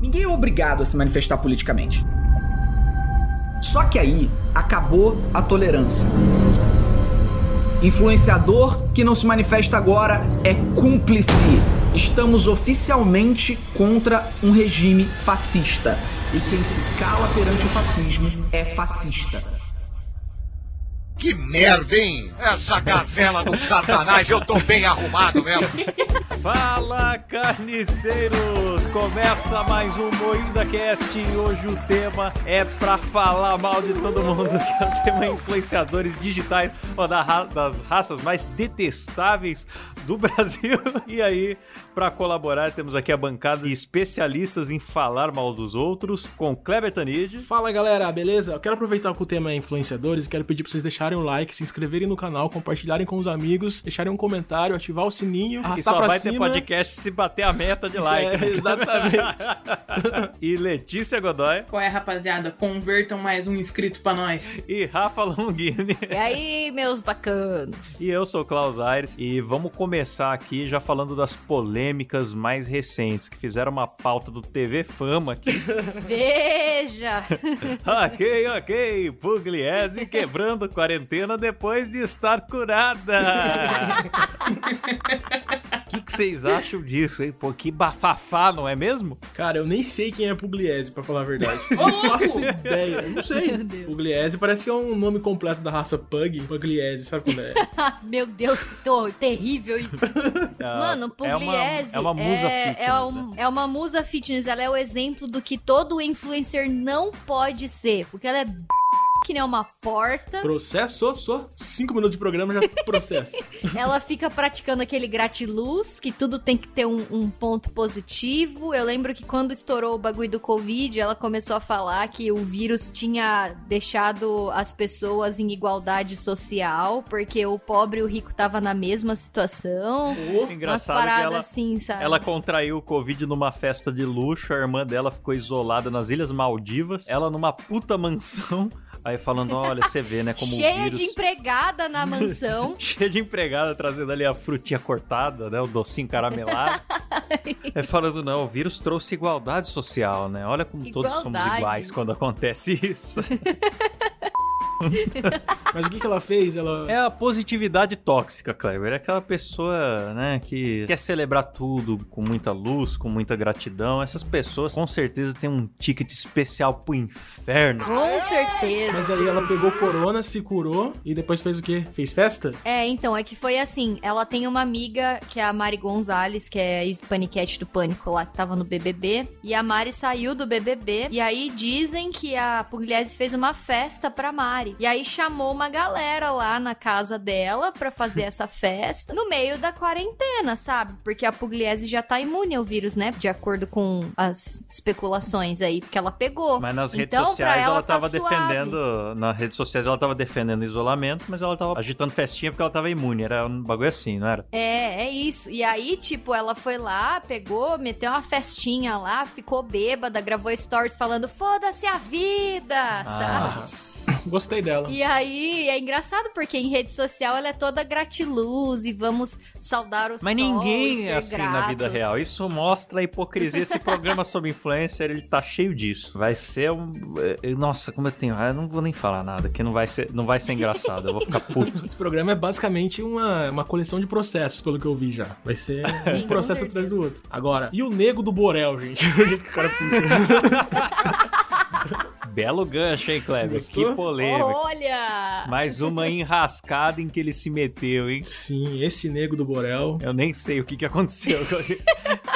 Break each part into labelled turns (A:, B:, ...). A: Ninguém é obrigado a se manifestar politicamente. Só que aí acabou a tolerância. Influenciador que não se manifesta agora é cúmplice. Estamos oficialmente contra um regime fascista. E quem se cala perante o fascismo é fascista.
B: Que merda, hein? Essa gazela do satanás, eu tô bem arrumado mesmo.
C: Fala, carniceiros! Começa mais um Moída Cast e hoje o tema é pra falar mal de todo mundo, que é o tema influenciadores digitais, uma da ra- das raças mais detestáveis do Brasil. E aí, pra colaborar, temos aqui a bancada de especialistas em falar mal dos outros, com Kleber Tanid,
D: Fala galera, beleza? Eu quero aproveitar que o tema é influenciadores e quero pedir pra vocês deixarem o like, se inscreverem no canal, compartilharem com os amigos, deixarem um comentário, ativar o sininho,
C: que
D: arrastar
C: Ah, só
D: Ah, tá pra
C: vai ter
D: cima. né?
C: podcast se bater a meta de like. né?
D: É, exatamente.
C: e Letícia Godoy
E: Qual é, rapaziada? Convertam mais um inscrito pra nós.
C: e Rafa Longini.
F: E aí, meus bacanos?
C: E eu sou o Klaus Aires e vamos começar aqui já falando das polêmicas mais recentes que fizeram uma pauta do TV Fama aqui.
F: Veja!
C: ok, ok, Pugliese quebrando quarentena depois de estar curada. O que que vocês acham disso, hein? Pô, que bafafá, não é mesmo?
D: Cara, eu nem sei quem é Pugliese, pra falar a verdade.
E: Ô,
D: Não faço
E: louco!
D: ideia, eu não sei. Pugliese parece que é um nome completo da raça Pug. Pugliese, sabe quando é?
F: Meu Deus, que tô, terrível isso.
C: Ah,
F: Mano, Pugliese
C: É uma, é uma musa
F: é,
C: fitness,
F: é
C: né?
F: um- é uma musa fitness. Ela é o exemplo do que todo influencer não pode ser. Porque ela é b... que nem uma porta.
D: Processo, só. Cinco minutos de programa já processo.
F: Ela fica praticando aquele gratiluz, que tudo tem que ter um, um ponto positivo. Eu lembro que quando estourou o bagulho do Covid, ela começou a falar que o vírus tinha deixado as pessoas em igualdade social, porque o pobre e o rico tava na mesma situação. Umas
C: Engraçado que
F: paradas
C: ela,
F: assim, sabe?
C: Ela contraiu o Covid numa festa de luxo, a irmã dela ficou isolada nas Ilhas Maldivas, ela numa puta mansão, aí falando, olha, você vê, né, como o
F: Cheia
C: vírus...
F: de empregada na mansão.
C: Cheia de empregada, trazendo ali a frutinha cortada, né, o docinho caramelado. é falando, não, o vírus trouxe igualdade social, né, olha como todos somos
F: Igualdade.
C: iguais quando acontece isso.
D: Mas o que, que ela fez? Ela.
C: É a positividade tóxica, Kleber. É aquela pessoa, né, que quer celebrar tudo com muita luz, com muita gratidão. Essas pessoas com certeza têm um ticket especial pro inferno.
F: Com certeza.
D: Mas aí ela pegou corona, se curou e depois fez o quê? Fez festa?
F: É, então, é que foi assim, ela tem uma amiga, que é a Mari Gonzalez, que é ex-paniquete do Pânico lá, que tava no BBB, e a Mari saiu do BBB, e aí dizem que a Pugliese fez uma festa pra Mari, e aí chamou uma galera lá na casa dela pra fazer essa festa, no meio da quarentena, sabe? Porque a Pugliese já tá imune ao vírus, né? De acordo com as especulações aí, porque ela pegou.
C: Mas nas redes
F: Então, pra
C: sociais ela,
F: ela tá
C: tava
F: suave.
C: defendendo. Nas redes sociais ela tava defendendo isolamento, mas ela tava agitando festinha porque ela tava imune. Era um bagulho assim, não era?
F: É, é isso. E aí, tipo, ela foi lá, pegou, meteu uma festinha lá, ficou bêbada, gravou stories falando foda-se a vida,
C: Ah.
F: sabe?
D: Gostei dela.
F: E aí, é engraçado porque em rede social ela é toda gratiluz e vamos saudar o
C: Mas
F: sol
C: ninguém
F: e
C: é
F: ser
C: assim na vida
F: gratos.
C: real. Isso mostra a hipocrisia. Esse programa sobre influencer, ele tá cheio disso. Vai ser um. eh, Nossa, como eu tenho. raiva, Eu não vou nem falar nada, que não vai ser, não vai ser engraçado. Eu vou ficar puto.
D: Esse programa é basicamente uma, uma coleção de processos, pelo que eu vi já. Vai ser
F: Sim,
D: um
F: com
D: processo
F: certeza.
D: atrás do outro. Agora, e o nego do Borel, gente? o jeito que o cara puxa.
C: Belo gancho, hein, Kleber?
D: Gostou?
C: Que polêmica.
F: Olha!
C: Mais uma enrascada em que ele se meteu, hein?
D: Sim, esse nego do Borel.
C: Eu nem sei o que, que aconteceu.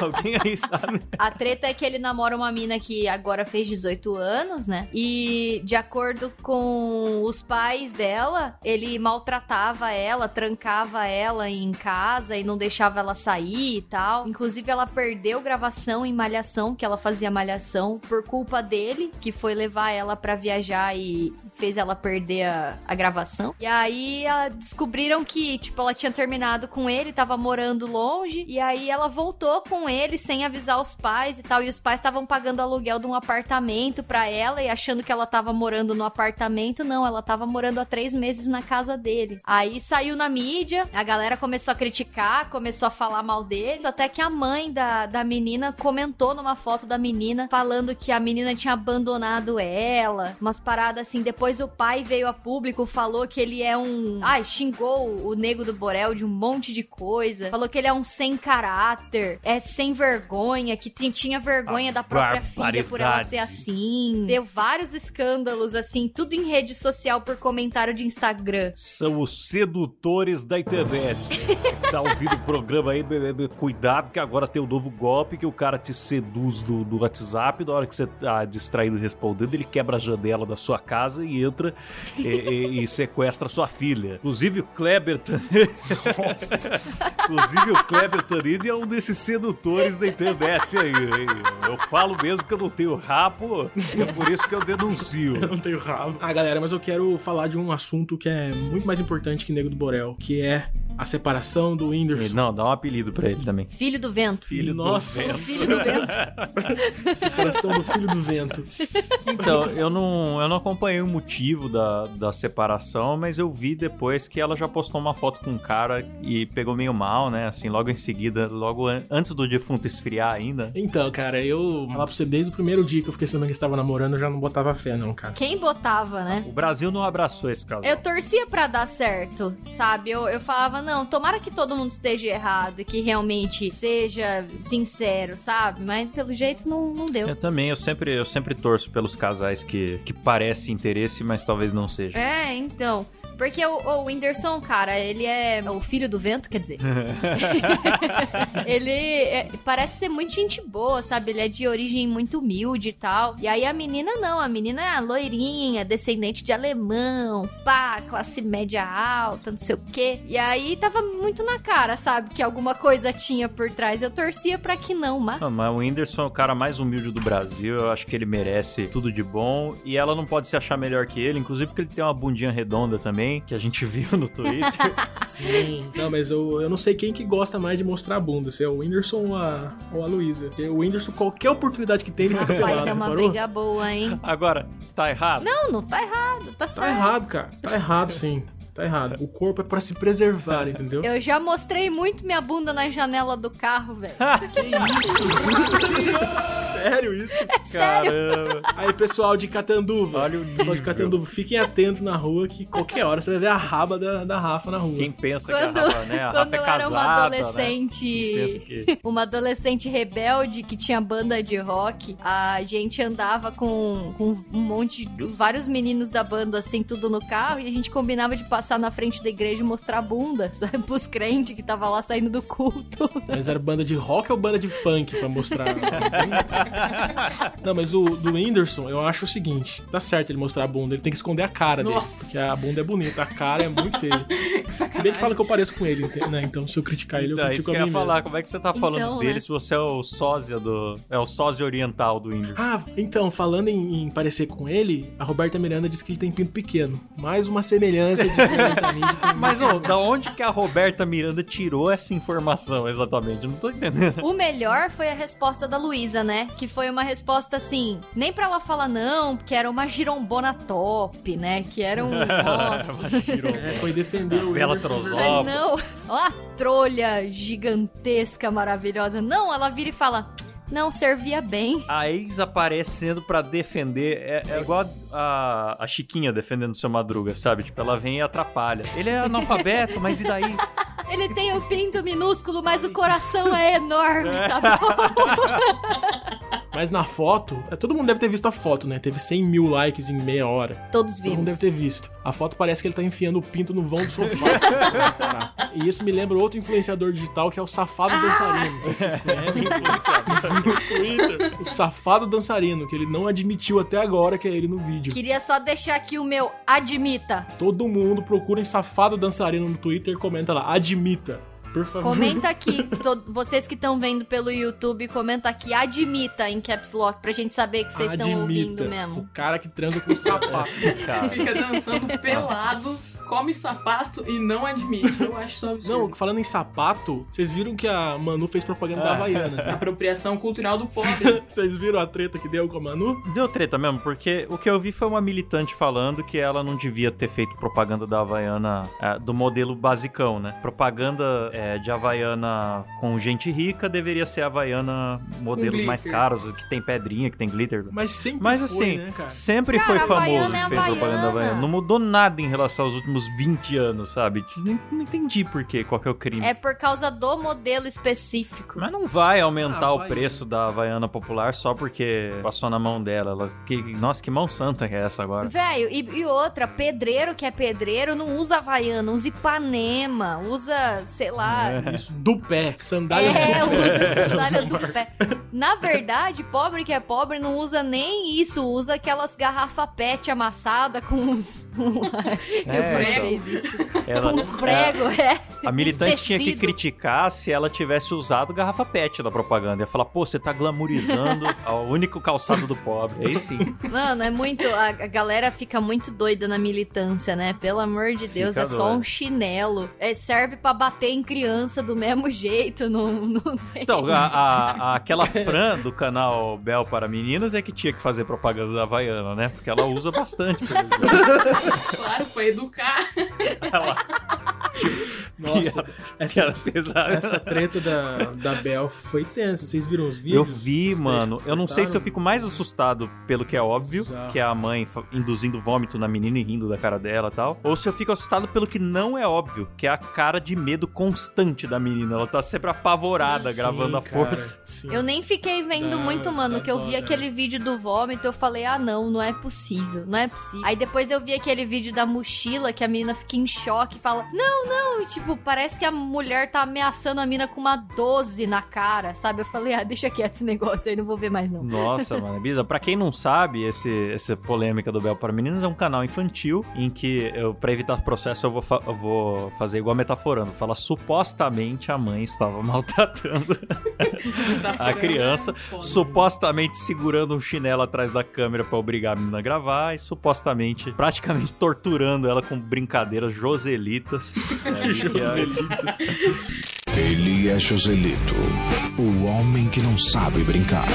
C: Alguém aí sabe?
F: A treta é que ele namora uma mina que agora fez 18 anos, né? E de acordo com os pais dela, ele maltratava ela, trancava ela em casa e não deixava ela sair e tal. Inclusive, ela perdeu gravação em Malhação, que ela fazia Malhação, por culpa dele, que foi levar ela pra viajar e fez ela perder a, a gravação. E aí ela- descobriram que, tipo, ela tinha terminado com ele, tava morando longe. E aí ela voltou com ele sem avisar os pais e tal. E os pais estavam pagando aluguel de um apartamento pra ela e achando que ela tava morando no apartamento. Não, ela tava morando há três meses na casa dele. Aí saiu na mídia, a galera começou a criticar, começou a falar mal dele. Até que a mãe da, da menina comentou numa foto da menina falando que a menina tinha abandonado ela. Umas paradas assim. Depois o pai veio a público, falou que ele é um. Ai, xingou o nego do Borel de um monte de coisa. Falou que ele é um sem caráter, é sem vergonha, que ti- tinha vergonha
G: A
F: da própria filha por ela
G: barbaridade.
F: ser assim. Deu vários escândalos, assim, tudo em rede social por comentário de Instagram.
G: São os sedutores da internet. Tá ouvindo o programa aí, be- be- cuidado que agora tem um novo golpe que o cara te seduz do, do WhatsApp, na hora que você tá distraído respondendo, ele quebra a janela da sua casa e entra e, e- e sequestra sua filha. Inclusive o Kleber... Tan- Inclusive o Kleber Tanid é um desses sedutores da internet aí. hein? Eu falo mesmo que eu não tenho rapo, é por isso que eu denuncio.
D: Eu não tenho rabo. Ah, galera, mas eu quero falar de um assunto que é muito mais importante que Nego do Borel, que é a separação do Whindersson.
C: Não, dá um apelido pra ele também.
F: Filho do vento.
G: Filho
D: Nossa.
G: do vento.
F: Filho do vento.
D: A separação do Filho do Vento.
C: Então, eu não, eu não acompanhei o motivo da, da separação, mas eu vi depois que ela já postou uma foto com um cara e pegou meio mal, né? Assim, logo em seguida, logo an- antes do defunto esfriar ainda.
D: Então, cara, eu... Falar pra você, desde o primeiro dia que eu fiquei sabendo que você tava namorando, eu já não botava fé, não, cara.
F: Quem botava, né?
C: O Brasil não abraçou esse casal.
F: Eu torcia pra dar certo, sabe? Eu, eu falava, não, tomara que todo mundo esteja errado e que realmente seja sincero, sabe? Mas pelo jeito não, não deu.
C: Eu também, eu sempre, eu sempre torço pelos casais que, que parece interesse, mas talvez não seja.
F: É, então. Porque o, o Whindersson, cara, ele é o filho do vento, quer dizer. ele é- parece ser muito gente boa, sabe? Ele é de origem muito humilde e tal. E aí a menina não, a menina é a loirinha, descendente de alemão, pá, classe média alta, não sei o quê. E aí tava muito na cara, sabe? Que alguma coisa tinha por trás. Eu torcia pra que não, mas.
C: Não, mas o Whindersson é o cara mais humilde do Brasil, eu acho que ele merece tudo de bom. E ela não pode se achar melhor que ele, inclusive porque ele tem uma bundinha redonda também, que a gente viu no Twitter.
D: Sim. Não, mas eu, eu não sei quem que gosta mais de mostrar a bunda, se é o Whindersson ou a, ou a Luísa. Porque o Whindersson, qualquer oportunidade que tem, ele fica
F: Rapaz,
D: pelado, né?
F: é uma
D: reparou?
F: briga boa, hein?
C: Agora, tá errado?
F: Não, não tá errado, tá
D: Tá
F: certo.
D: errado, cara. Tá errado, sim. Tá errado. O corpo é pra se preservar, entendeu?
F: Eu já mostrei muito minha bunda na janela do carro, velho.
D: Que isso? Sério isso?
F: Sério?
C: Caramba.
D: Aí, pessoal de Catanduva.
C: Olha o
D: Pessoal de
C: nível.
D: Catanduva, fiquem atentos na rua que qualquer hora você vai ver a raba da, da Rafa na rua.
C: Quem pensa
F: Quando-
C: que a Rafa, né? A
F: Quando
C: Rafa é
F: eu
C: casada,
F: era uma
C: né?
F: adolescente,
C: Pensa que...
F: uma adolescente rebelde que tinha banda de rock, a gente andava com, com um monte, vários meninos da banda assim, tudo no carro, e a gente combinava de passar na frente da igreja e mostrar a bunda, sabe? Pros crentes que tava lá saindo do culto.
D: Mas era banda de rock ou banda de funk pra mostrar? Não, mas o do Whindersson, eu acho o seguinte: tá certo ele mostrar a bunda, ele tem que esconder a cara dele.
E: Nossa.
D: Porque a bunda é bonita, a cara é muito feia.
E: Que
D: Se bem que fala
E: sacanagem.
D: que eu pareço com ele, ente- né? Então, se eu criticar ele, eu
C: Então, é isso
D: critico
C: que
D: a
C: eu
D: mim
C: ia
D: mesmo.
C: falar. Como é que você tá falando
F: Então,
C: dele
F: né?
C: se você é o sósia do... É o sósia oriental do Whindersson?
D: Ah, então, falando em, em parecer com ele, a Roberta Miranda disse que ele tem pinto pequeno. Mais uma semelhança de Roberta Miranda com-
C: Mas, ô, da onde que a Roberta Miranda tirou essa informação exatamente? Eu não tô entendendo.
F: O melhor foi a resposta da Luísa, né? Que foi uma resposta assim, nem pra ela falar não, porque era uma girombona top, né? Que era um. Nossa.
D: É, foi defender o
C: Bela
D: Whindersson.
C: trozó.
F: Ah,
C: Ó,
F: não. Ó a trolha gigantesca, maravilhosa. Não, ela vira e fala: Não, servia bem.
C: A ex aparecendo pra defender. É, é igual a, a Chiquinha defendendo seu Madruga, sabe? Tipo, ela vem e atrapalha. Ele é analfabeto, mas e daí?
F: Ele tem o pinto minúsculo, mas o coração é enorme, tá bom?
D: Mas na foto, é, todo mundo deve ter visto a foto, né? Teve 100 mil likes em meia hora.
F: Todos
D: Todo mundo
F: vimos.
D: deve ter visto. A foto parece que ele tá enfiando o pinto no vão do sofá. se você reparar. e isso me lembra outro influenciador digital que é o Safado
F: Ah!
D: Dançarino. Não sei se Vocês conhecem? o Safado Dançarino, que ele não admitiu até agora que é ele no vídeo.
F: Queria só deixar aqui o meu admita.
D: um Todo mundo procura em Safado Dançarino no Twitter e comenta lá, admita. Por favor.
F: Comenta aqui, to- vocês que estão vendo pelo YouTube, comenta aqui, admita em caps lock pra gente saber que vocês estão ouvindo mesmo.
D: O cara que transa com sapato.
C: Cara,
E: Fica dançando pelado, come sapato e não admite. Eu acho só absurdo.
D: Não, falando em sapato, vocês viram que a Manu fez propaganda da
C: Ah.
D: Havaianas, né?
E: Apropriação cultural do pobre.
D: Vocês viram a treta que deu com a Manu?
C: deu treta mesmo, porque o que eu vi foi uma militante falando que ela não devia ter feito propaganda da Havaiana eh, do modelo basicão, né? Propaganda eh, de Havaiana com gente rica deveria ser Havaiana modelos
E: glitter.
C: mais caros, que tem pedrinha, que tem glitter.
D: Mas sempre
C: Mas
D: foi,
C: assim,
D: né, cara?
C: sempre
F: Cara,
C: foi
F: a
C: famoso
F: Havaiana é
C: que fez propaganda da
F: Havaiana.
C: Havaiana. Não mudou nada em relação aos últimos 20 anos, sabe? Nem- Não entendi por quê, qual que é o crime.
F: É por causa do modelo específico.
C: Mas não vai aumentar
D: Ah,
C: o
D: vai,
C: preço da Havaiana popular só porque passou na mão dela. Ela- que- nossa, que mão santa que é essa agora?
F: Velho, e, e outra, pedreiro que é pedreiro não usa Havaiana, usa Ipanema, usa, sei lá,
C: É.
D: Isso do pé, sandálias
F: É,
D: do pé.
F: usa sandália do pé. Na verdade, pobre que é pobre não usa nem isso, usa aquelas garrafa pet amassada com uns.
C: É,
E: prego.
F: Fez isso.
C: Ela-
F: Com uns pregos, é.
C: a militante tinha que
F: tecido.
C: criticar se ela tivesse usado garrafa pet da propaganda. Ia falar, pô, você tá glamourizando o único calçado do pobre. Aí sim.
F: Mano, é muito. A, a galera fica muito doida na militância, né? Pelo amor de Deus, é só
C: doida.
F: um chinelo. É, serve pra bater em criança do mesmo jeito. Não, não tem.
C: Então, a, a- a- aquela Fran do canal Bel para Meninas é que tinha que fazer propaganda da Havaiana, né? Porque ela usa bastante. pelo jeito.
E: Claro, pra educar.
C: Ela,
D: Nossa,
C: que
D: essa,
C: era é pesada.
D: essa treta da, da Bel foi tensa. Vocês viram os vídeos?
C: Eu vi,
D: Os
C: mano.
D: trechos que
C: Eu não sei se eu
D: cortaram?
C: fico mais assustado pelo que é óbvio,
D: Bizarro.
C: que é a mãe fa- induzindo vômito na menina e rindo da cara dela e tal, ou se eu fico assustado pelo que não é óbvio, que é a cara de medo constante da menina. Ela tá sempre apavorada
D: Sim,
C: gravando a
D: cara,
C: força.
D: sim.
F: Eu nem fiquei vendo
D: Dá-
F: muito, mano,
D: dá
F: que eu
D: dó,
F: vi
D: né?
F: aquele vídeo do vômito, eu falei, ah, não, não é possível, não é possível. Aí depois eu vi aquele vídeo da mochila, que a menina fica em choque e fala, não, não, e, tipo, parece que a mulher tá ameaçando a mina com uma 12 na cara, sabe? Eu falei, ah, deixa quieto esse negócio aí, não vou ver mais não.
C: Nossa, mano, é bizarro. Pra quem não sabe, esse, essa polêmica do Bel para Meninas é um canal infantil em que, eu, pra evitar processo, eu vou, fa- eu vou fazer igual a metaforando. Falar supostamente a mãe estava maltratando
E: Tá
C: A criança
E: foda.
C: supostamente segurando um chinelo atrás da câmera pra obrigar a menina a gravar e supostamente praticamente torturando ela com brincadeiras joselitas. É, e que é-
H: Ele é Joselito, o homem que não sabe brincar.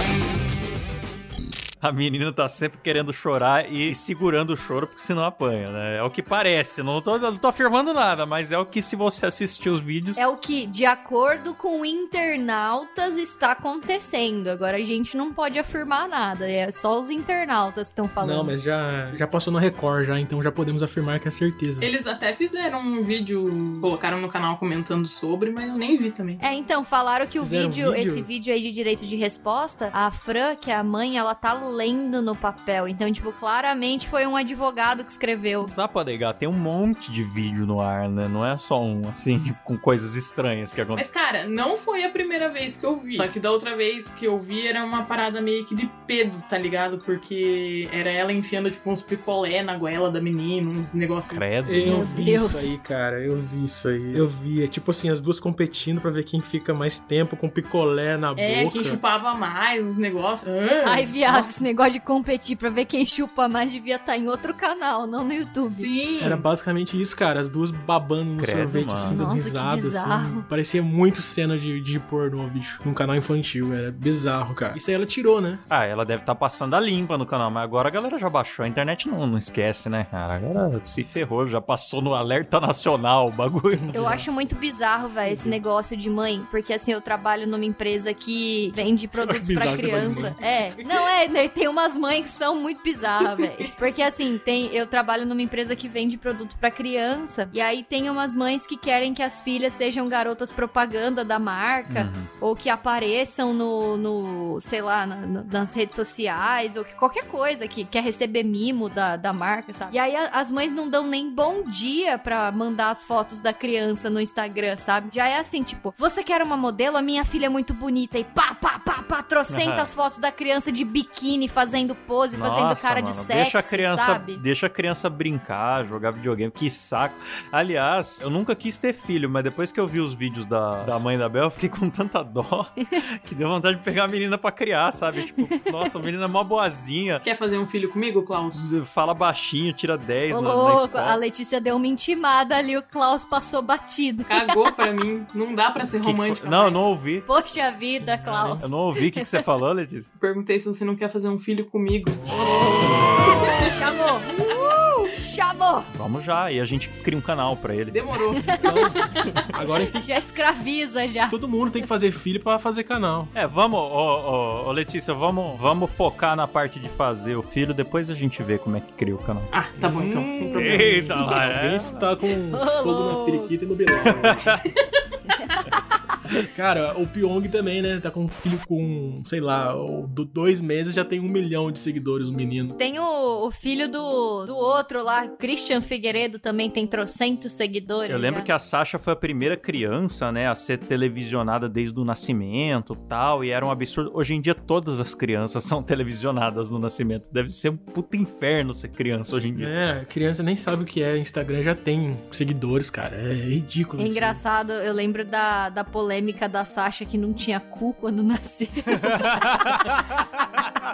C: a menina tá sempre querendo chorar e segurando o choro porque senão apanha, né? É o que parece. Não tô, não tô afirmando nada, mas é o que se você assistir os vídeos.
F: É o que, de acordo com internautas, está acontecendo. Agora a gente não pode afirmar nada, é só os internautas que estão falando.
D: Não, mas já, já passou no Record, já, então já podemos afirmar que é certeza.
E: Eles até fizeram um vídeo, colocaram no canal comentando sobre, mas eu nem vi também.
F: É, então, falaram que o
D: Fizeram um
F: vídeo,
D: vídeo?
F: esse vídeo aí de direito de resposta, a Fran, que é a mãe, ela tá lendo no papel. Então, tipo, claramente foi um advogado que escreveu.
C: Não dá pra negar, tem um monte de vídeo no ar, né? Não é só um, assim, com coisas estranhas que acontecem.
E: Mas, cara, não foi a primeira vez que eu vi. Só que da outra vez que eu vi era uma parada meio que de pedo, tá ligado? Porque era ela enfiando, tipo, uns picolé na goela da menina, uns negócios.
C: Credo.
D: Eu
F: Meu
D: vi
F: Deus.
D: isso aí, cara. Eu vi isso aí. Eu vi. É tipo assim, as duas competindo pra ver quem fica mais tempo com picolé na
E: É,
D: boca.
E: quem chupava mais, os negócios.
D: É?
E: Ah,
F: Ai, viado, esse negócio de competir pra ver quem chupa mais devia estar em outro canal, não no YouTube.
E: Sim.
D: Era basicamente isso, cara. As duas babando no
C: Credo,
D: sorvete,
C: mano.
D: assim, dando
F: Nossa, que
D: risada, assim.
F: bizarro.
D: Parecia muito cena de, de pornô, bicho. Num canal infantil, era bizarro, cara. Isso aí ela tirou, né?
C: Ah, ela deve estar passando a limpa no canal, mas agora a galera já baixou. A internet não, não esquece, né, cara? A galera se ferrou, já passou no alerta nacional o bagulho.
F: Eu acho muito bizarro, velho,
D: Uhum.
F: esse negócio de mãe, porque assim, eu trabalho numa empresa que vende produtos
D: bizarro
F: pra
D: esse negócio de
F: criança. É, não é, né, tem umas mães que são muito bizarras, velho. Porque assim, tem, eu trabalho numa empresa que vende produto pra criança, e aí tem umas mães que querem que as filhas sejam garotas propaganda da
D: Uhum.
F: marca, ou que apareçam no, no sei lá, na- na- nas redes sociais, ou que qualquer coisa que quer receber mimo da, da marca, sabe? E aí a- as mães não dão nem bom dia pra mandar as fotos da criança no Instagram, sabe? Já é assim, tipo, você quer uma modelo? A minha filha é muito bonita. E pá, pá, pá, pá, trocentas
C: Aham.
F: fotos da criança de biquíni biquíni, fazendo pose, fazendo
C: Nossa,
F: cara de
C: mano,
F: sexy,
C: deixa a criança,
F: sabe?
C: Deixa a criança brincar, jogar videogame, que saco. Aliás, eu nunca quis ter filho, mas depois que eu vi os vídeos da, da mãe da Bel, eu fiquei com tanta dó que deu vontade de pegar a menina pra criar, sabe? Tipo, nossa, a menina é mó boazinha.
E: Quer fazer um filho comigo, Klaus?
C: Fala baixinho, tira 10
F: Ô,
C: na, na
F: louco,
C: escola.
F: a Letícia deu uma intimada ali, o Klaus passou batido.
E: Cagou pra mim. Não dá pra ser
C: Que que foi?
E: romântico.
C: não, eu não ouvi.
F: Poxa vida, Klaus.
C: Eu não ouvi o que, que você falou, Letícia.
E: Perguntei se você não quer fazer um filho comigo.
F: Chamou. Chamou.
C: Vamos já, e a gente cria um canal pra ele.
E: Demorou.
D: Então, Agora a gente tem
F: Já escraviza, já.
D: que- todo mundo tem que fazer filho pra fazer canal.
C: É, vamos, ô, ô, ô, Letícia, vamos, vamos focar na parte de fazer o filho, depois a gente vê como é que cria o canal.
E: Ah, tá bom então, sem problema.
C: Hum, Eita, lá,
D: Alguém
C: é.
D: está com fogo
F: louco.
D: na periquita e no Bilal. Cara, o Pyong também, né? Tá com um filho com, sei lá, o- do- dois meses já tem um milhão de seguidores, o menino.
F: Tem o, o filho do, do outro lá, Christian Figueiredo, também tem trocentos seguidores. né?
C: Eu lembro
F: já.
C: que a Sasha foi a primeira criança, né, a ser televisionada desde o nascimento tal, e era um absurdo. Hoje em dia todas as crianças são televisionadas no nascimento. Deve ser um puta inferno ser criança hoje em dia.
D: É, criança nem sabe o que é Instagram, já tem seguidores, cara. É ridículo.
F: É
D: isso.
F: engraçado, eu lembro da, da polêmica da Sasha que não tinha cu quando nasceu.
C: É.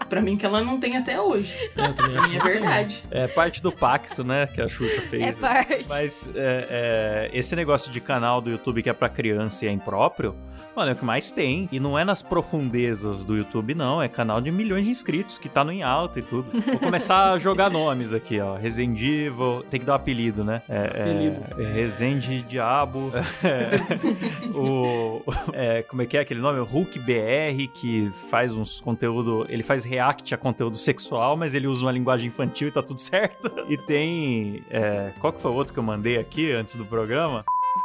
E: Pra mim que ela não tem até hoje.
D: É, também
E: Pra mim é
D: acho que
E: verdade.
C: É parte do pacto, né, que a Xuxa fez.
F: É parte.
C: Mas é, é, esse negócio de canal do YouTube que é pra criança e é impróprio, mano, é o que mais tem. E não é nas profundezas do YouTube, não. É canal de milhões de inscritos que tá no em alta e tudo. Vou começar a jogar nomes aqui, ó. Resendível. Tem que dar um apelido, né? É, é,
D: Apelido.
C: é, Resende Diabo. É, o, é, como é que é aquele nome? O Hulk BR, que faz uns conteúdo. Ele faz react a conteúdo sexual, mas ele usa uma linguagem infantil e tá tudo certo. E tem. é, qual que foi o outro que eu mandei aqui antes do programa?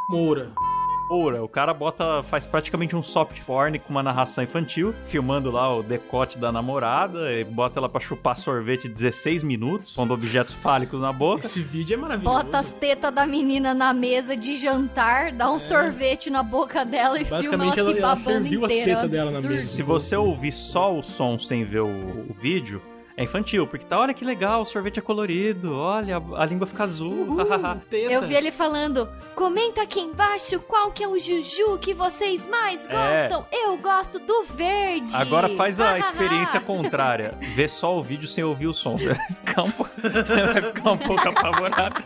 D: Moura.
C: Oura, o cara bota, faz praticamente um soft porn com uma narração infantil, filmando lá o decote da namorada, e bota ela pra chupar sorvete 16 minutos, pondo objetos fálicos na boca.
D: Esse vídeo é maravilhoso. É.
F: Bota as tetas da menina na mesa de jantar, dá um sorvete na boca dela e filma ela
D: Basicamente,
F: se
D: ela- ela
F: babando
D: serviu as
F: inteira. É um
D: tetas dela na
F: absurdo.
D: mesa.
C: Se você ouvir só o som sem ver o, o vídeo, é infantil, porque tá, olha que legal, o sorvete é colorido, olha, a, a língua fica azul, hahaha.
F: Eu vi ele falando, comenta aqui embaixo qual que é o juju que vocês mais
C: É.
F: gostam. Eu gosto do verde.
C: Agora faz a
F: Ah,
C: experiência contrária. Vê só o vídeo sem ouvir o som. Você vai ficar um, po- você vai ficar um pouco apavorado.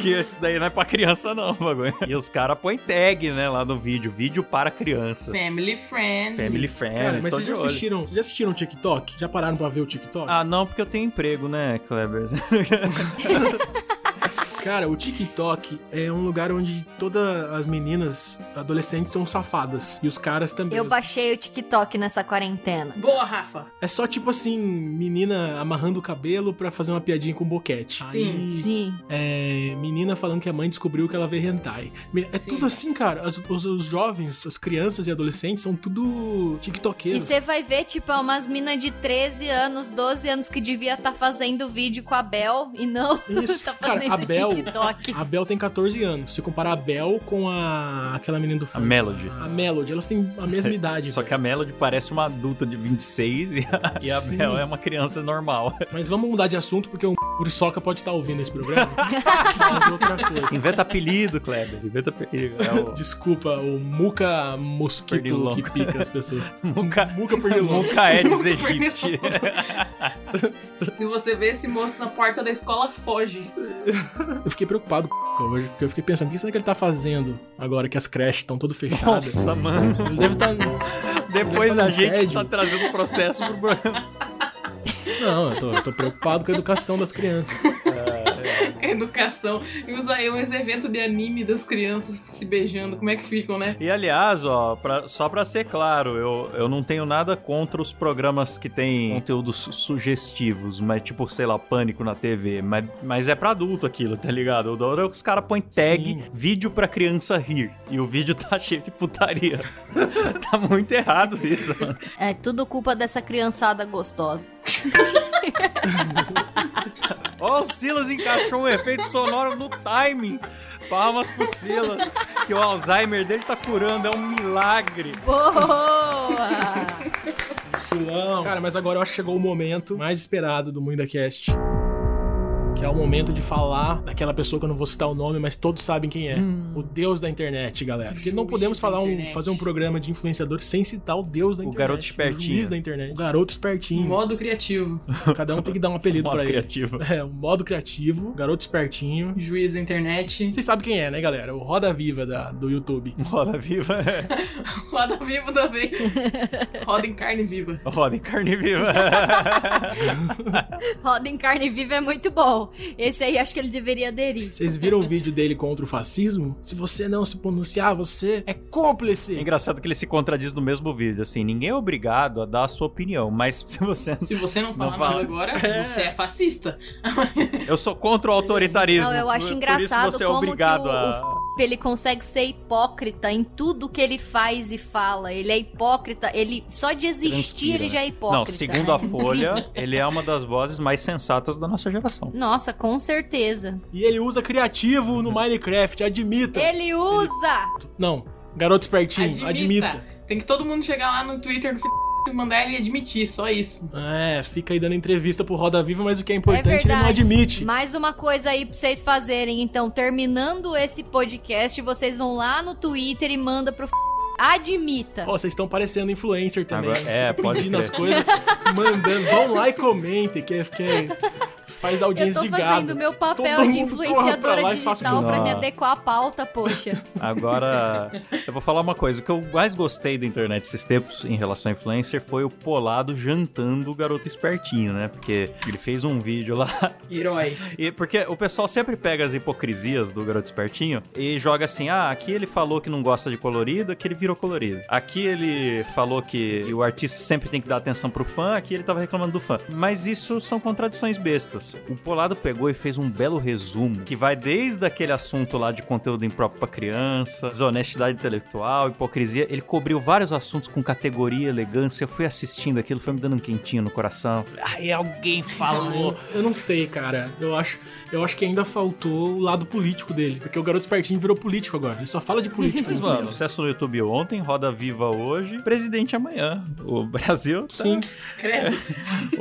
C: Que esse daí não é pra criança, não, bagulho. E os caras põem tag, né, lá no vídeo. Vídeo para criança.
E: Family friend.
C: Family friend.
D: Cara, mas
C: É, tô
D: vocês
C: de
D: já,
C: olho.
D: assistiram, vocês já assistiram o TikTok? Já pararam pra ver o TikTok?
C: Ah, não, porque eu tenho emprego, né, Kleber?
D: Cara, o TikTok é um lugar onde todas as meninas adolescentes são safadas. E os caras também.
F: Eu
D: Os-
F: baixei o TikTok nessa quarentena.
E: Boa, Rafa.
D: É só tipo assim, menina amarrando o cabelo pra fazer uma piadinha com boquete.
E: Sim.
D: Aí,
F: Sim.
D: é, menina falando que a mãe descobriu que ela vê hentai. Me- É
E: Sim.
D: tudo assim, cara. As- os, os jovens, as crianças e adolescentes são tudo
F: E
D: tiktokeiros.
F: você vai ver, tipo, é umas minas de 13 anos, 12 anos que devia estar fazendo vídeo com a Bel e não
D: Isso.
F: tá
D: Cara,
F: fazendo
D: a Bel-
F: TikTok.
D: A Bel tem 14 anos. Se comparar a Bel com a aquela menina do
C: A
D: filme.
C: Melody.
D: A Melody, elas têm a mesma idade.
C: Só que a
D: velho.
C: Melody parece uma adulta de 26 e a, e a
D: Sim.
C: Bel é uma criança normal.
D: Mas vamos mudar de assunto porque o Uriçoca pode estar ouvindo esse programa. Mas outra coisa.
C: Inventa apelido, Kleber. Inventa apelido. É o...
D: Desculpa, o Muca Mosquito
C: Pernilongo.
D: que pica as pessoas.
C: Muca-
D: Muca Pernilongo.
C: Nunca é
E: Nunca
C: desegipte.
E: Se você vê esse moço na porta da escola, foge.
D: Eu fiquei preocupado com o hoje, porque eu fiquei pensando, o que será que ele tá fazendo agora que as creches estão todas fechadas?
C: Nossa, mano.
D: Ele deve tá- estar.
C: Depois
D: Já tá
C: a
D: no
C: gente
D: tédio.
C: tá trazendo o processo pro programa.
D: Não, eu tô, eu tô preocupado com a educação das crianças.
E: Com a educação. E os, aí, uns eventos de anime das crianças se beijando. Como é que ficam, né?
C: E aliás, ó, pra- só pra ser claro, eu, eu não tenho nada contra os programas que têm conteúdos su- sugestivos, mas tipo, sei lá, pânico na TV. Mas, mas é pra adulto aquilo, tá ligado? O da hora é que os caras põem tag
D: Sim.
C: vídeo pra criança rir. E o vídeo tá cheio de putaria. tá muito errado isso. mano.
F: É tudo culpa dessa criançada gostosa.
C: Ó, o Silas encaixou um efeito sonoro no timing. Palmas pro Silas, que o Alzheimer dele tá curando, é um milagre.
F: Boa!
D: vacilão. Cara, mas agora eu acho que chegou o momento mais esperado do MuidaCast. Que é o momento de falar daquela pessoa que eu não vou citar o nome, mas todos sabem quem é. O deus da internet, galera. Porque não
E: Juiz
D: podemos
E: da
D: falar um,
E: internet.
D: fazer um programa de influenciador sem citar o deus da
C: O
D: internet.
C: garoto
D: O juiz
C: espertinho.
D: da internet. O garoto
C: Hum.
D: espertinho.
E: Modo criativo.
D: Cada um tem que dar um apelido
C: Modo
D: pra ele.
C: criativo.
D: É, um modo criativo, garoto espertinho.
E: Juiz da internet.
D: Vocês sabem quem é, né, galera? O Roda Viva da- do YouTube.
C: Roda viva. é.
E: Roda vivo também. Roda em carne viva.
C: Roda em carne viva.
F: Roda em carne viva é muito bom. Esse aí acho que ele deveria aderir.
D: Vocês viram o vídeo dele contra o fascismo? Se você não se pronunciar, você é
C: É
D: cúmplice.
C: engraçado que ele se contradiz no mesmo vídeo, assim, ninguém é obrigado a dar a sua opinião, mas se você...
E: Se você não falar
C: Não fala.
E: nada agora, você é fascista.
C: Eu sou contra o autoritarismo.
F: Não, eu acho
C: por- Por
F: engraçado
C: isso você é
F: como
C: obrigado
F: que o-
C: a...
F: Ele consegue ser hipócrita em tudo que ele faz e fala. Ele é hipócrita, ele só de existir
C: Transpira,
F: ele
C: né?
F: já é hipócrita.
C: Não, segundo a Folha, ele é uma das vozes mais sensatas da nossa geração.
F: Nossa, com certeza.
D: E ele usa criativo no Minecraft, admita.
F: Ele usa!
D: Não, garoto espertinho, admita.
E: Tem que todo mundo chegar lá no Twitter do e mandar ele admitir, só isso.
D: É, fica aí dando entrevista pro Roda Viva, mas o que é importante,
F: É
D: ele não
F: verdade.
D: admite.
F: Mais uma coisa aí pra vocês fazerem. Então, terminando esse podcast, vocês vão lá no Twitter e manda pro f... Admita.
D: Ó, vocês estão parecendo influencer também.
C: Agora- é,
D: Fica
C: pode
D: Pedindo
C: crer.
D: as coisas, mandando. Vão lá e comentem, que é... Que é- Faz
F: Eu
D: audiência
F: tô
D: de
F: fazendo
D: gado.
F: meu papel
D: Todo
F: de
D: mundo corra pra lá
F: influenciadora
D: e faça
F: digital pra me
C: Ah.
F: adequar à pauta, poxa.
C: Agora, eu vou falar uma coisa. O que eu mais gostei da internet esses tempos em relação a influencer foi o Polado jantando o garoto espertinho, né? Porque ele fez um vídeo lá.
E: Herói.
C: E porque o pessoal sempre pega as hipocrisias do garoto espertinho e joga assim: ah, aqui ele falou que não gosta de colorido, aqui ele virou colorido. Aqui ele falou que o artista sempre tem que dar atenção pro fã, aqui ele tava reclamando do fã. Mas isso são contradições bestas. O Polado pegou e fez um belo resumo que vai desde aquele assunto lá de conteúdo impróprio pra criança, desonestidade intelectual, hipocrisia. Ele cobriu vários assuntos com categoria, elegância. Eu fui assistindo aquilo, foi me dando um quentinho no coração. Falei, Ai, alguém falou.
D: Eu- Eu não sei, cara. Eu acho, eu acho que ainda faltou o lado político dele. Porque o garoto espertinho virou político agora. Ele só fala de política.
C: Mas, mano, sucesso no YouTube ontem, Roda Viva hoje, presidente amanhã. O Brasil tá,
D: Sim.
E: Credo.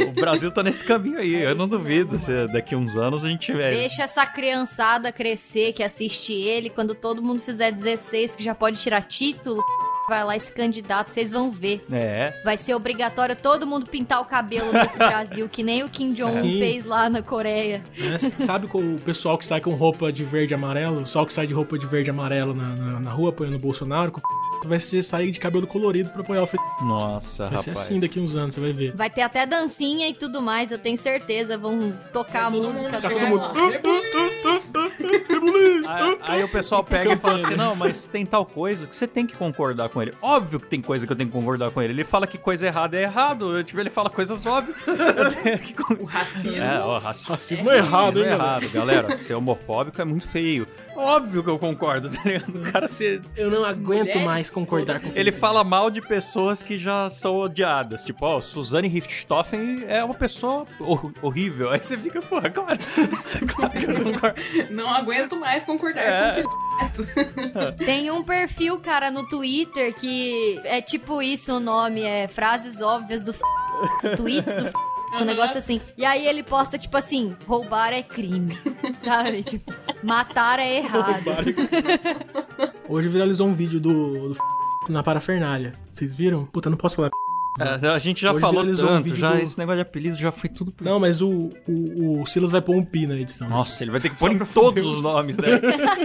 C: o Brasil tá nesse caminho aí. eu não duvido se daqui uns anos a gente tiver.
F: Deixa essa criançada crescer que assiste ele. Quando todo mundo fizer 16, que já pode tirar título, vai lá esse candidato, vocês vão ver.
C: É,
F: Vai ser obrigatório todo mundo pintar o cabelo nesse Brasil, que nem o Kim Jong-un
D: Sim.
F: fez lá na Coreia.
D: né? Sabe com o pessoal que sai com roupa de verde e amarelo? O pessoal que sai de roupa de verde e amarelo na, na, na rua apoiando o Bolsonaro? que o f- Vai ser sair de cabelo colorido pra apoiar o f...
C: nossa,
D: Vai
C: rapaz.
D: ser assim daqui uns anos, você vai ver.
F: Vai ter até dancinha e tudo mais, eu tenho certeza. Vão
C: É.
F: tocar a
E: Todo mundo
F: música.
E: chegar
D: todo
E: e
D: mundo-
C: "Uh,
E: falar,
C: Aí, aí o pessoal pega e fala
D: né?
C: assim: não, mas tem tal coisa que você tem que concordar com ele. Óbvio que tem coisa que eu tenho que concordar com ele. Ele fala que coisa errada é errado. Eu, tipo, ele fala coisas óbvias. Eu tenho que con-
E: O racismo.
C: É, ó, racismo.
D: Racismo é errado,
C: Racismo
D: hein,
C: é
D: galera?
C: errado, galera. Ser homofóbico é muito feio. Óbvio que eu concordo, tá ligado? O cara se,
D: Eu não aguento
E: Mulheres,
D: mais concordar com o
C: Ele fala mal de pessoas que já são odiadas. Tipo, ó, Suzane Richthofen é uma pessoa hor- horrível. Aí você fica, porra, claro. claro que eu concordo.
E: Não aguento mais concordar
C: É.
E: com o
F: Tem um perfil, cara, no Twitter que é tipo isso o nome, é frases óbvias do f... tweets do f... Um
E: Aham.
F: negócio assim. E aí ele posta, tipo assim, roubar é crime. Sabe? Tipo, matar é errado.
D: Hoje viralizou um vídeo do, do f... na parafernália. Vocês viram? Puta, não posso falar.
C: É, a gente já
D: Hoje
C: falou
D: viralizou um
C: tanto,
D: vídeo
C: já
D: do-
C: esse negócio de apelido já foi tudo por...
D: Não, mas o, o, o Silas vai pôr um pi na edição.
C: Nossa, ele vai ter que
D: Só
C: pôr em
D: pra
C: todos
D: foder
C: os
D: os-
C: nomes, né?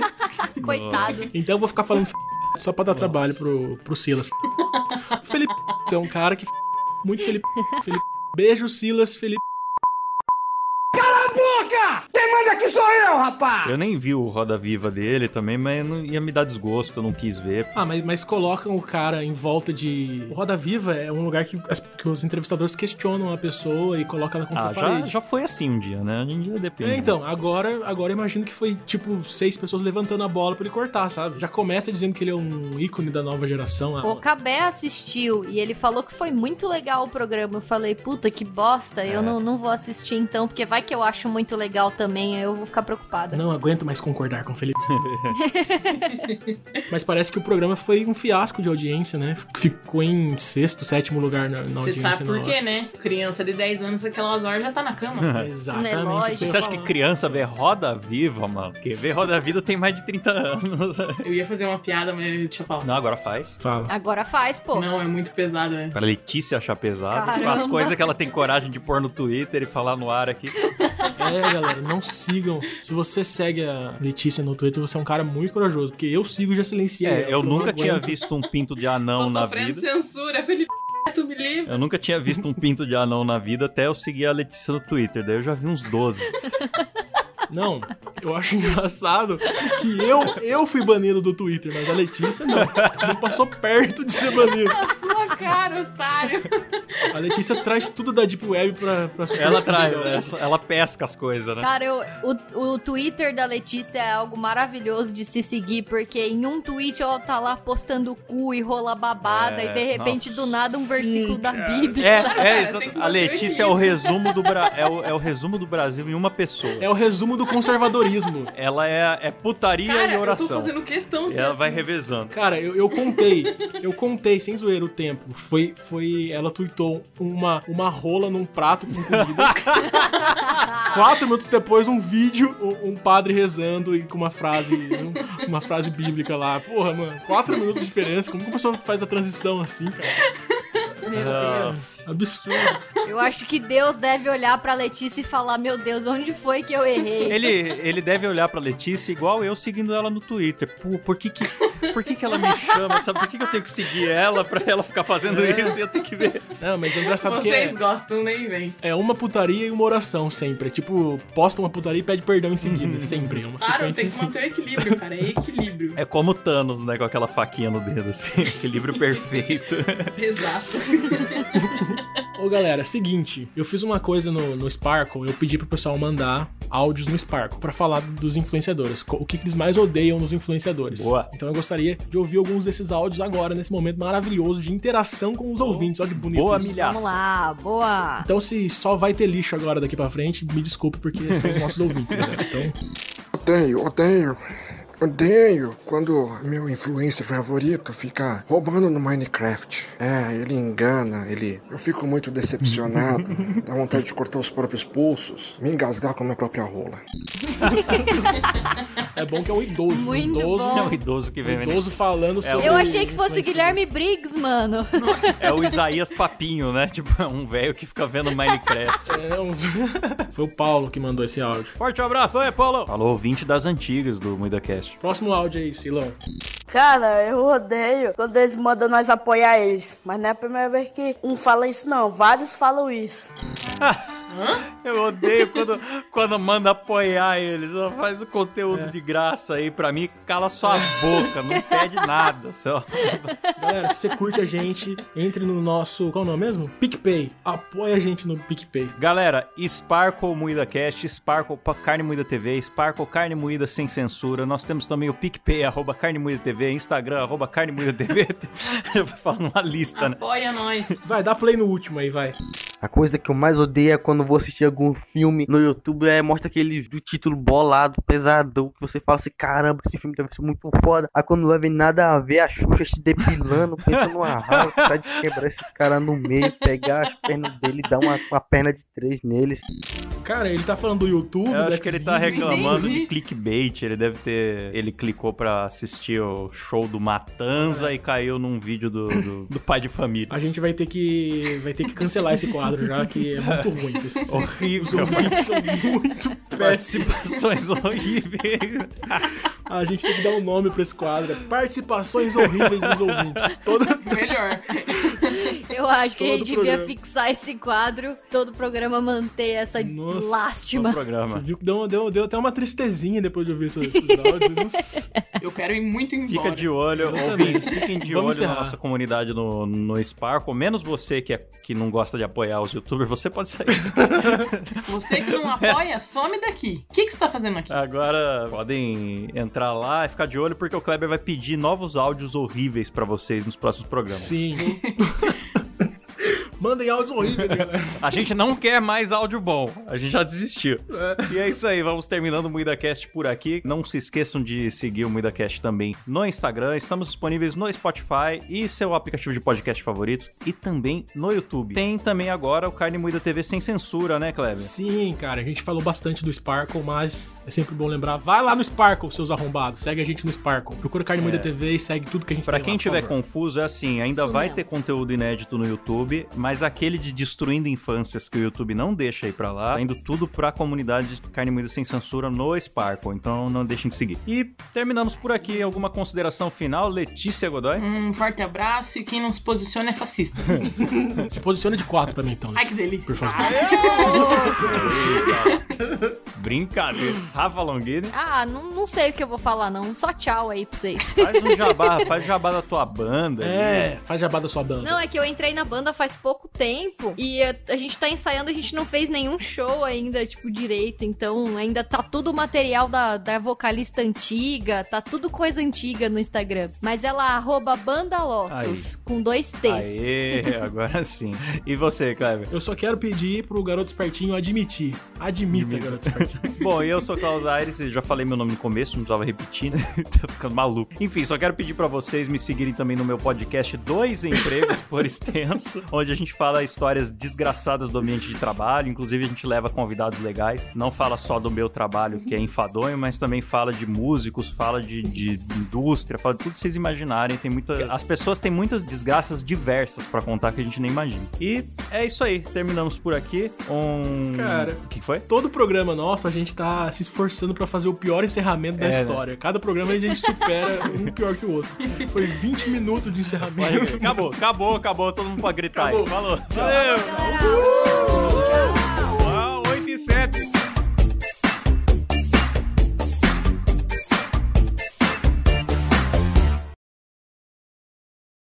F: Coitado.
D: Então eu vou ficar falando f... só pra dar trabalho pro, pro Silas. O Felipe é um cara que f... muito Felipe. Felipe. Beijo, Silas, Felipe. Ah.
C: Eu nem vi o Roda Viva dele também, mas não ia me dar desgosto, eu não quis ver.
D: Ah, mas, mas colocam o cara em volta de. O Roda Viva é um lugar que, as- que os entrevistadores questionam a pessoa e colocam ela contra
C: Ah,
D: a
C: já,
D: parede.
C: já foi assim um dia, né? Um dia depende.
D: Então É, então, agora, agora eu imagino que foi tipo seis pessoas levantando a bola pra ele cortar, sabe? Já começa dizendo que ele é um ícone da nova geração.
F: O
D: Ah,
F: Cabé assistiu e ele falou que foi muito legal o programa. Eu falei, puta, que bosta, eu não, não vou assistir então, porque vai que eu acho muito legal também tenha, eu vou ficar preocupada.
D: Não aguento mais concordar com o Felipe. Mas parece que o programa foi um fiasco de audiência, né? Ficou em sexto, sétimo lugar na, na
E: Você
D: audiência.
E: sabe por
D: na
E: quê, né? Criança de 10 anos, aquelas horas já tá na cama.
D: hora. Exatamente.
F: Né, lógico.
D: isso eu ia
C: Você acha que
D: falar.
C: criança vê Roda Viva, mano? Porque vê Roda Viva tem mais de 30 anos.
E: Eu ia fazer uma piada, mas deixa eu falar.
C: Não, agora faz.
D: Fala.
F: Agora faz, pô.
E: Não, é muito pesado, né?
C: Pra Letícia achar pesado. tipo,
F: Caramba.
C: As coisas que ela tem coragem de pôr no Twitter e falar no ar aqui.
D: É, galera, não sigam. Se você segue a Letícia no Twitter, você é um cara muito corajoso, porque eu sigo e já silenciei.
C: É,
D: ela,
C: eu
D: porque não
C: nunca tinha
D: aguento.
C: visto um pinto de
E: Tô
C: anão na
E: sofrendo
C: vida.
E: censura, Felipe. Tu me livra.
C: Eu nunca tinha visto um pinto de anão na vida até eu seguir a Letícia no Twitter. Daí eu já vi uns 12.
D: Não, eu acho engraçado que eu, eu fui banido do Twitter, mas a Letícia não. Não passou perto de ser banido.
E: A sua cara, otário.
D: A Letícia traz tudo da Deep Web pra, pra superfície,
C: Ela né? trai,
D: galera.
C: ela- ela pesca as coisas, né?
F: Cara, eu- o, o Twitter da Letícia é algo maravilhoso de se seguir, porque em um tweet ela tá lá postando cu e rola babada,
C: É,
F: e de repente,
C: nossa.
F: do nada, um versículo da Bíblia.
C: É, é,
E: tem que
C: exato. A
E: manter o
C: Letícia é o resumo do Bra... é, o, é o resumo do Brasil em uma pessoa.
D: É o resumo do conservadorismo.
C: Ela é, é putaria
E: Cara,
C: e
E: eu tô
C: oração.
E: fazendo questão de
C: E
E: ser
C: ela vai
E: assim.
C: revezando.
D: Cara, eu, eu contei, eu contei, sem zoeira, o tempo. Foi, foi, ela tweetou uma, uma rola num prato com comida. Quatro minutos depois, um vídeo, um- um padre rezando e com uma frase, um- uma frase bíblica lá. Porra, mano, quatro minutos de diferença. Como que a pessoa faz a transição assim, cara?
F: Meu Deus.
D: Absurdo.
F: Eu acho que Deus deve olhar pra Letícia e falar: Meu Deus, onde foi que eu errei?
C: Ele, ele deve olhar pra Letícia igual eu seguindo ela no Twitter. Pô, por que que, por que, que ela me chama? Sabe por que, que eu tenho que seguir ela pra ela ficar fazendo isso e eu tenho que ver?
D: Não, mas é engraçado que
E: Vocês
D: é,
E: gostam, nem vem.
D: é uma putaria e uma oração sempre. É Tipo, posta uma putaria e pede perdão em seguida. Sempre. É uma
E: Uhum.
D: sequência
E: Claro, tem
D: em
E: que
D: si.
E: manter o equilíbrio, cara. É equilíbrio.
C: É como o Thanos, né? Com aquela faquinha no dedo, assim. Equilíbrio perfeito.
E: Exato.
D: Ô galera, seguinte, eu fiz uma coisa no, no Sparkle, eu pedi pro pessoal mandar áudios no Sparkle pra falar dos influenciadores, co- o que, que eles mais odeiam nos influenciadores.
C: Boa.
D: Então eu gostaria de ouvir alguns desses áudios agora, nesse momento maravilhoso de interação com os ouvintes. Olha que bonito.
C: Boa
D: isso.
F: Vamos
C: milhaça.
F: lá, boa.
D: Então se só vai ter lixo agora daqui pra frente, me desculpe porque são os nossos ouvintes, galera. Então,
I: Odeio, odeio. Odeio quando meu influencer favorito fica roubando no Minecraft. É, ele engana, ele. Eu fico muito decepcionado. Dá vontade de cortar os próprios pulsos, me engasgar com a minha própria rola.
D: é bom que é um idoso.
F: Muito
D: um idoso,
F: bom.
C: É o idoso que vem
D: um
C: vendo.
D: idoso falando sobre.
F: Eu achei que fosse
D: influenciador.
F: Guilherme Briggs, mano.
C: É o Isaías Papinho, né? Tipo, é um velho que fica vendo Minecraft.
D: É, um- Foi o Paulo que mandou esse áudio.
C: Forte abraço, aí, Paulo! Falou ouvinte das antigas do MuidaCast.
D: Próximo áudio aí, Silão.
J: Cara, eu odeio quando eles mandam nós apoiar eles. Mas não é a primeira vez que um fala isso, não. Vários falam isso.
C: Eu odeio quando, quando manda apoiar eles. Só faz o conteúdo de graça aí pra mim. Cala sua boca, não pede nada. Só.
D: Galera, se você curte a gente, entre no nosso. Qual é o nome mesmo? PicPay. Apoia a gente no PicPay.
C: Galera, Sparkle Moída Cast, Sparkle Pa- Carne Moída TV, Sparkle Carne Moída Sem Censura. Nós temos também o PicPay, arroba Carne Moída TV, Instagram, arroba Carne Moída TV. Eu vou falar uma lista, né?
E: Apoia nós.
D: Vai, dá play no último aí, vai.
K: A coisa que eu mais odeio é quando vou assistir algum filme no YouTube, é mostra aquele do título bolado, pesadão, que você fala assim, caramba, esse filme deve ser muito foda. Aí quando não leva em nada a ver, a Xuxa se depilando, pensando numa raiva, tá de quebrar esses caras no meio, pegar as pernas dele e dar uma, uma perna de três neles.
D: Cara, ele tá falando do YouTube,
C: Eu
D: do
C: acho que ele tá
D: Xvideos.
C: reclamando
E: Entendi.
C: de clickbait. Ele deve ter. Ele clicou pra assistir o show do Matanza e caiu num vídeo do, do, do pai de família.
D: A gente vai ter que. Vai ter que cancelar esse quadro já, que é muito ruim. Esses
C: Horrível.
D: ouvintes são muito péssimos.
C: Participações horríveis.
D: A gente tem que dar um nome pra esse quadro. é Participações horríveis dos ouvintes. Todo...
E: Melhor.
F: Eu acho que a
D: Todo
F: gente
D: programa.
F: devia fixar esse quadro, todo programa manter essa
D: Nossa,
C: No
F: lástima.
D: Você
C: programa.
D: viu que deu, deu, deu até uma tristezinha depois de ouvir esses, esses áudios. Nossa.
E: Eu quero ir muito embora.
C: Fica de olho, ouvintes, fiquem de
D: Vamos
C: olho
D: encerrar.
C: na nossa comunidade no, no Sparkle. Menos você que, é, que não gosta de apoiar os youtubers, você pode sair.
E: Você que não
C: É.
E: apoia, some daqui. O que, que você tá fazendo aqui?
C: Agora podem entrar lá e ficar de olho, porque o Kleber vai pedir novos áudios horríveis pra vocês nos próximos programas.
D: Sim. Mandem áudios horríveis, galera.
C: A gente não quer mais áudio bom. A gente já desistiu.
D: É.
C: E é isso aí. Vamos terminando o MuidaCast por aqui. Não se esqueçam de seguir o MuidaCast também no Instagram. Estamos disponíveis no Spotify e seu aplicativo de podcast favorito. E também no YouTube. Tem também agora o Carne Moída TV sem censura, né, Kleber?
D: Sim, cara, a gente falou bastante do Sparkle, mas é sempre bom lembrar. Vai lá no Sparkle, seus arrombados. Segue a gente no Sparkle. Procura Carne Moída
C: É.
D: TV e segue tudo que a gente
C: Pra
D: tem
C: quem
D: lá, por
C: tiver
D: favor.
C: confuso, é assim, ainda
D: Isso
C: vai
D: mesmo.
C: ter conteúdo inédito no YouTube, mas aquele de destruindo infâncias que o YouTube não deixa ir pra lá, tá indo tudo pra comunidade de Carne Moída Sem Censura no Sparkle, então não deixem de seguir. E terminamos por aqui, alguma consideração final, Letícia
D: Hum.
C: Godoy?
E: Um forte abraço e quem não se posiciona é fascista.
D: Se posiciona de quatro pra mim, então.
E: Ai, que delícia.
D: Por favor.
C: Brincadeira.
D: Hum.
C: Rafa Longini,
F: Ah, não, não sei o que eu vou falar, não. Só tchau aí pra vocês.
C: faz um jabá, faz jabá da tua banda.
D: É, faz jabá da sua banda.
F: Não, é que eu entrei na banda faz pouco tempo e a, a gente tá ensaiando, a gente não fez nenhum show ainda, tipo, direito. Então ainda tá tudo o material da, da vocalista antiga, tá tudo coisa antiga no Instagram. Mas ela arroba Banda Lotus,
C: Aí.
F: com dois T's.
C: Aê, agora sim. E você, Kleber?
D: Eu só quero pedir pro garoto espertinho admitir. Admita, garoto espertinho.
C: Bom, eu sou Klaus Aires, eu já falei meu nome no começo, não precisava repetir, né? Tá ficando maluco. Enfim, só quero pedir pra vocês me seguirem também no meu podcast Dois Empregos por Extenso, onde a gente fala histórias desgraçadas do ambiente de trabalho, inclusive a gente leva convidados legais, não fala só do meu trabalho, que é enfadonho, mas também fala de músicos, fala de, de indústria, fala de tudo que vocês imaginarem, tem muita... As pessoas têm muitas desgraças diversas pra contar que a gente nem imagina. E é isso aí, terminamos por aqui. Um...
D: Cara,
C: O que que foi?
D: Todo programa nosso, a gente tá se esforçando pra fazer o pior encerramento da
C: É, né?
D: história. Cada programa a gente supera um pior que o outro. Foi 20 minutos de encerramento.
C: Acabou, acabou, acabou. Todo mundo pode gritar
D: Acabou.
C: aí. Falou.
D: Valeu.
F: Galera,